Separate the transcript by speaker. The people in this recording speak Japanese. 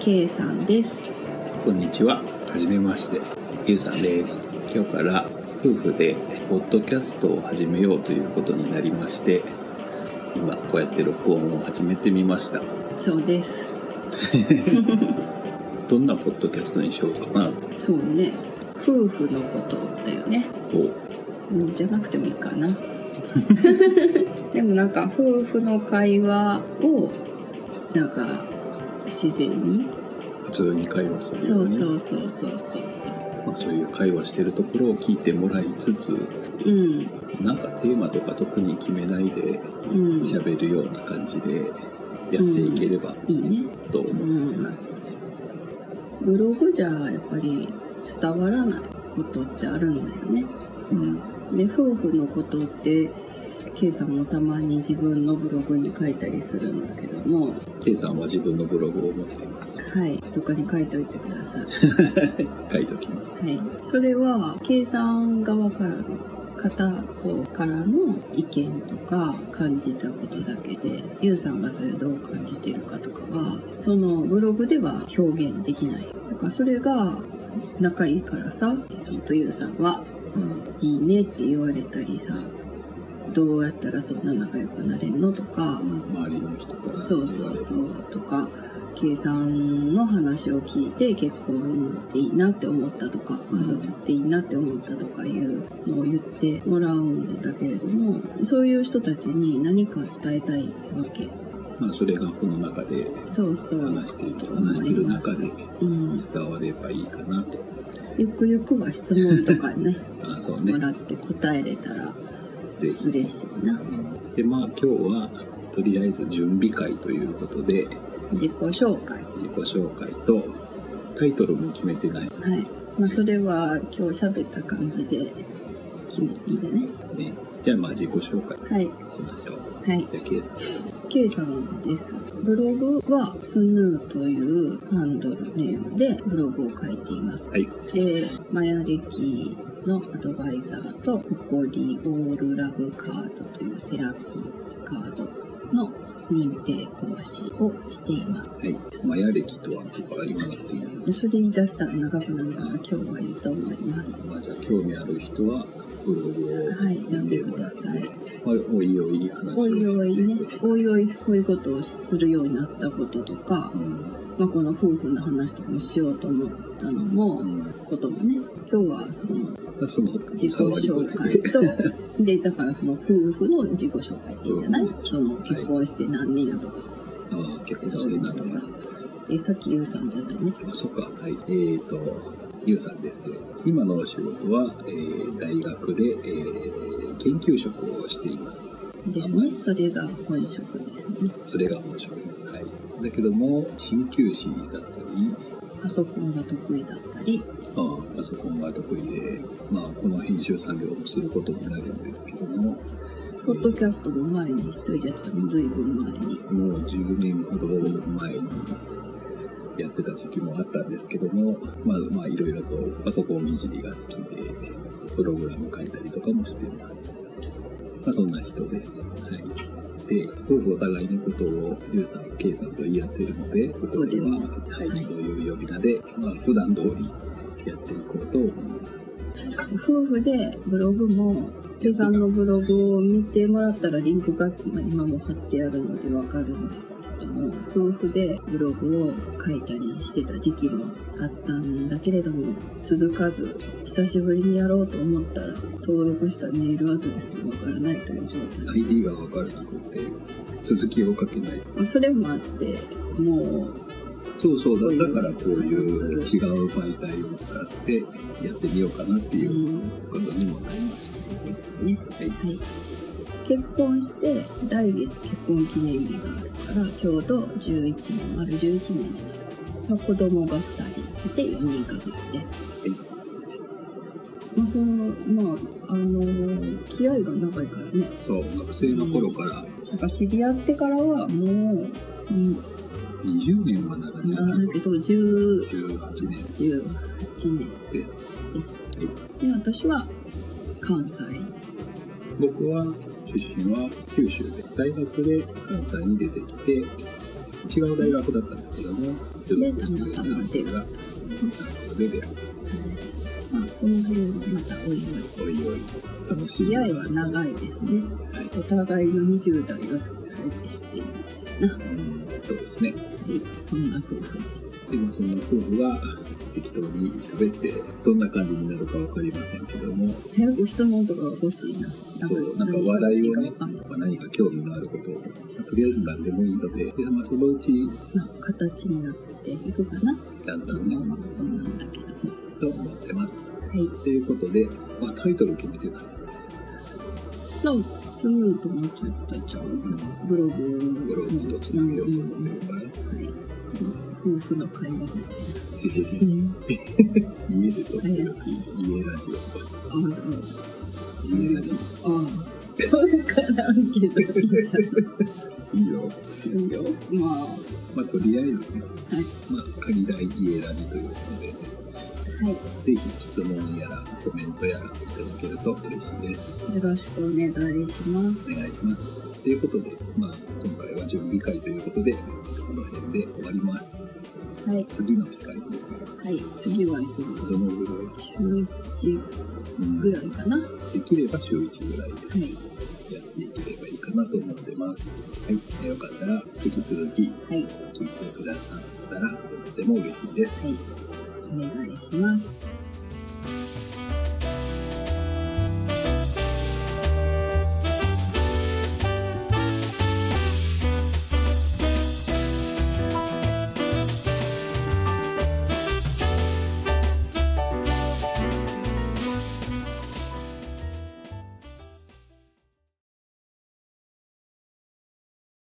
Speaker 1: K さんです
Speaker 2: こんにちは。はじめまして。ゆうさんです。今日から夫婦でポッドキャストを始めようということになりまして、今こうやって録音を始めてみました。
Speaker 1: そうです
Speaker 2: どんなポッドキャストにしようかなと。
Speaker 1: そうね夫婦のことだよねうんじゃなくてもいいかなでもなんか夫婦の会話をなんか自然に
Speaker 2: 普通に会話する、ね。
Speaker 1: そうそうそうそうそうそう
Speaker 2: まあ、そういう会話してるところを聞いてもらいつつ、
Speaker 1: うん
Speaker 2: なんかテーマとか特に決めないで
Speaker 1: うんい
Speaker 2: 喋るような感じでやっていければ
Speaker 1: いね
Speaker 2: と思ってます。
Speaker 1: ブログじゃやっぱり伝わらないことってあるんだよね
Speaker 2: うん。
Speaker 1: で夫婦のことって K さんもたまに自分のブログに書いたりするんだけども
Speaker 2: K さんは自分のブログを持っています。
Speaker 1: はいどっかに書いといてください、
Speaker 2: 書いときます。
Speaker 1: はい、それは K さん側からの方からの意見とか感じたことだけで YOU さんがそれをどう感じてるかとかはそのブログでは表現できないだからそれが仲いいからさ K さんと YOU さんは
Speaker 2: うん。
Speaker 1: いいねって言われたりさどうやったらそんな仲良くなれるのとか
Speaker 2: 周りの人から。
Speaker 1: そうそうそうとか計算の話を聞いて結婚っていいなって思ったとか
Speaker 2: うん
Speaker 1: 家族っていいなって思ったとかいうのを言ってもらうんだけれどもそういう人たちに何か伝えたいわけ
Speaker 2: まあ、それがこの中で
Speaker 1: そうそう、
Speaker 2: 話している、話している中で
Speaker 1: うん、
Speaker 2: 伝わればいいかなと。
Speaker 1: ゆくゆくは質問とかね
Speaker 2: あそうね
Speaker 1: も。らって答えれたら
Speaker 2: ぜひ。
Speaker 1: 嬉しいな
Speaker 2: で、まあ、今日はとりあえず準備会ということで、
Speaker 1: 自己紹介
Speaker 2: 自己紹介とタイトルも決めてない
Speaker 1: はい、まあ、それは今日喋った感じで決めていいんだね
Speaker 2: ね。じゃあ、まあ、自己紹介
Speaker 1: はい
Speaker 2: しましょう。
Speaker 1: はい
Speaker 2: じゃあ、ケイさん。
Speaker 1: K さんですブログはスヌーというハンドルネームでブログを書いています
Speaker 2: はい。
Speaker 1: でマヤ歴のアドバイザーとホコリオールラブカードというセラピーカードの認定講師をしています
Speaker 2: はい。マヤ歴とはとかありますね。
Speaker 1: でそれ言い出したら長くなるから今日はいいと思います
Speaker 2: まあ、じゃあ、興味ある人はブログを
Speaker 1: はい読
Speaker 2: 読
Speaker 1: ん
Speaker 2: ん
Speaker 1: で
Speaker 2: で
Speaker 1: く
Speaker 2: もら
Speaker 1: だ
Speaker 2: って、
Speaker 1: さい
Speaker 2: まあおいおい話を
Speaker 1: おいおいね
Speaker 2: していく
Speaker 1: おいおいこういうことをするようになったこととか
Speaker 2: う、ん
Speaker 1: まあ、この夫婦の話とかもしようと思ったの
Speaker 2: う
Speaker 1: も
Speaker 2: ん
Speaker 1: こともね今日はその
Speaker 2: まあその
Speaker 1: 自己
Speaker 2: 触りぐ
Speaker 1: 紹
Speaker 2: らい
Speaker 1: 介
Speaker 2: で
Speaker 1: とでだからその夫婦の自己紹介っていいんじゃないその結婚して何年だとか、
Speaker 2: ああ結婚
Speaker 1: そ
Speaker 2: し
Speaker 1: う
Speaker 2: て
Speaker 1: い
Speaker 2: る
Speaker 1: う
Speaker 2: な
Speaker 1: の
Speaker 2: と
Speaker 1: と
Speaker 2: か
Speaker 1: かでさっきゆうさんじゃないね
Speaker 2: あそっかはいえー、とゆうさんです今のお仕事は、えー大学で、えー研究職をしています
Speaker 1: ですねそれが本職ですね
Speaker 2: それが面白いですはいだけども鍼灸師だったり
Speaker 1: パソコンが得意だったり
Speaker 2: ああパソコンが得意で、まあ、この編集作業をすることになるんですけども
Speaker 1: ポッドキャストも前に一人でやってたのずいぶん前に
Speaker 2: もう10年ほど前にやってた時期もあったんですけども、まあ、まあいろいろとパソコンいじりが好きで、プログラム書いたりとかもしています。まあ、そんな人です。はい。で、夫婦お互いのことを、ゆうさん、けいさんと言い合っているので、ここでは、
Speaker 1: こ
Speaker 2: はい、
Speaker 1: はい
Speaker 2: そういう呼び名で、まあ、普段通りやっていこうと思います。
Speaker 1: 夫婦でブログもゆうさんのブログを見てもらったらリンクがまあ今も貼ってあるのでわかるんですけども夫婦でブログを書いたりしてた時期もあったんだけれども続かず久しぶりにやろうと思ったら登録したメールアドレスもわからないという状態、
Speaker 2: ID がわからなくて、続きを書けない。
Speaker 1: まあそれもあってもう
Speaker 2: そうそうだ、だからこういう違う媒体を使ってやってみようかなって
Speaker 1: う
Speaker 2: いうんことにもなりました。
Speaker 1: ですね
Speaker 2: はい、
Speaker 1: はい、結婚して来月結婚記念日があるからちょうど11年丸11年になる、まあ、子供が2人いて4人家族です、
Speaker 2: はい
Speaker 1: まあそのまああの気合が長いからね
Speaker 2: そう、学生の頃から
Speaker 1: なんか知り合ってからはもう、うん、
Speaker 2: 20年はなら
Speaker 1: な
Speaker 2: ない
Speaker 1: るけど10
Speaker 2: 18年
Speaker 1: 18年
Speaker 2: です。
Speaker 1: で私は関西
Speaker 2: 僕は出身は九州で、大学で関西に出てきて、違う大学だったんだけども、所
Speaker 1: で
Speaker 2: 属
Speaker 1: た
Speaker 2: して
Speaker 1: ま
Speaker 2: い
Speaker 1: た
Speaker 2: る
Speaker 1: ま出会っ
Speaker 2: が、で出会う。
Speaker 1: まあ、その辺はまたおいおい。
Speaker 2: おいおい、楽しい。
Speaker 1: 付き合いは長いですね。
Speaker 2: はい
Speaker 1: お互いの20代が相手している。
Speaker 2: うんそうですね。
Speaker 1: そんな夫婦です。
Speaker 2: でもそんな夫婦が適当に喋って、どんな感じになるかわかりませんけども、
Speaker 1: 早く質問とかが欲しいな。
Speaker 2: そう、なんか
Speaker 1: 何
Speaker 2: 話題を
Speaker 1: 喋
Speaker 2: ね
Speaker 1: っていい、かわかんない
Speaker 2: まあ何か興味のあることを、まあとりあえず何でもいいので、でまあ、そのうち、
Speaker 1: まあ、形になっていくかな。
Speaker 2: だんだんね
Speaker 1: まあ、まあこんなんだけど。
Speaker 2: と思ってます。
Speaker 1: はい。
Speaker 2: ということで、まあ、タイトル決めてない。
Speaker 1: なんかスヌーともちょっとちゃうブログ
Speaker 2: ブログとつなげようと思ってるか
Speaker 1: は
Speaker 2: ら、
Speaker 1: い。夫婦の会話みたいな。
Speaker 2: 家で撮って
Speaker 1: 怪しい
Speaker 2: る。。家ラジ
Speaker 1: ああ、
Speaker 2: オ。家ラジ
Speaker 1: ああ。わからんけど、いいんじゃ ない
Speaker 2: オ。いいよ。
Speaker 1: いいよ。まあ、は
Speaker 2: まあ、とりあえずね、
Speaker 1: い。
Speaker 2: まあ、仮代家ラジということで、
Speaker 1: はい。
Speaker 2: ぜひ質問やらコメントやらいただけると嬉しいです。
Speaker 1: よろしくお願いします。
Speaker 2: お願いします。ということで、まあ、今回は準備会ということで、この辺で終わります。
Speaker 1: はい、
Speaker 2: 次の機会に
Speaker 1: はい、次はいつも
Speaker 2: どのぐらい、
Speaker 1: 週
Speaker 2: うん
Speaker 1: 1ぐらいかな。は
Speaker 2: できれば週1ぐらいで
Speaker 1: い、
Speaker 2: やっていければいいかなと思ってます。はい、えーよかったら引き続き
Speaker 1: はい、
Speaker 2: 聞いてくださったらとっても嬉しいです。
Speaker 1: はい、お願いします。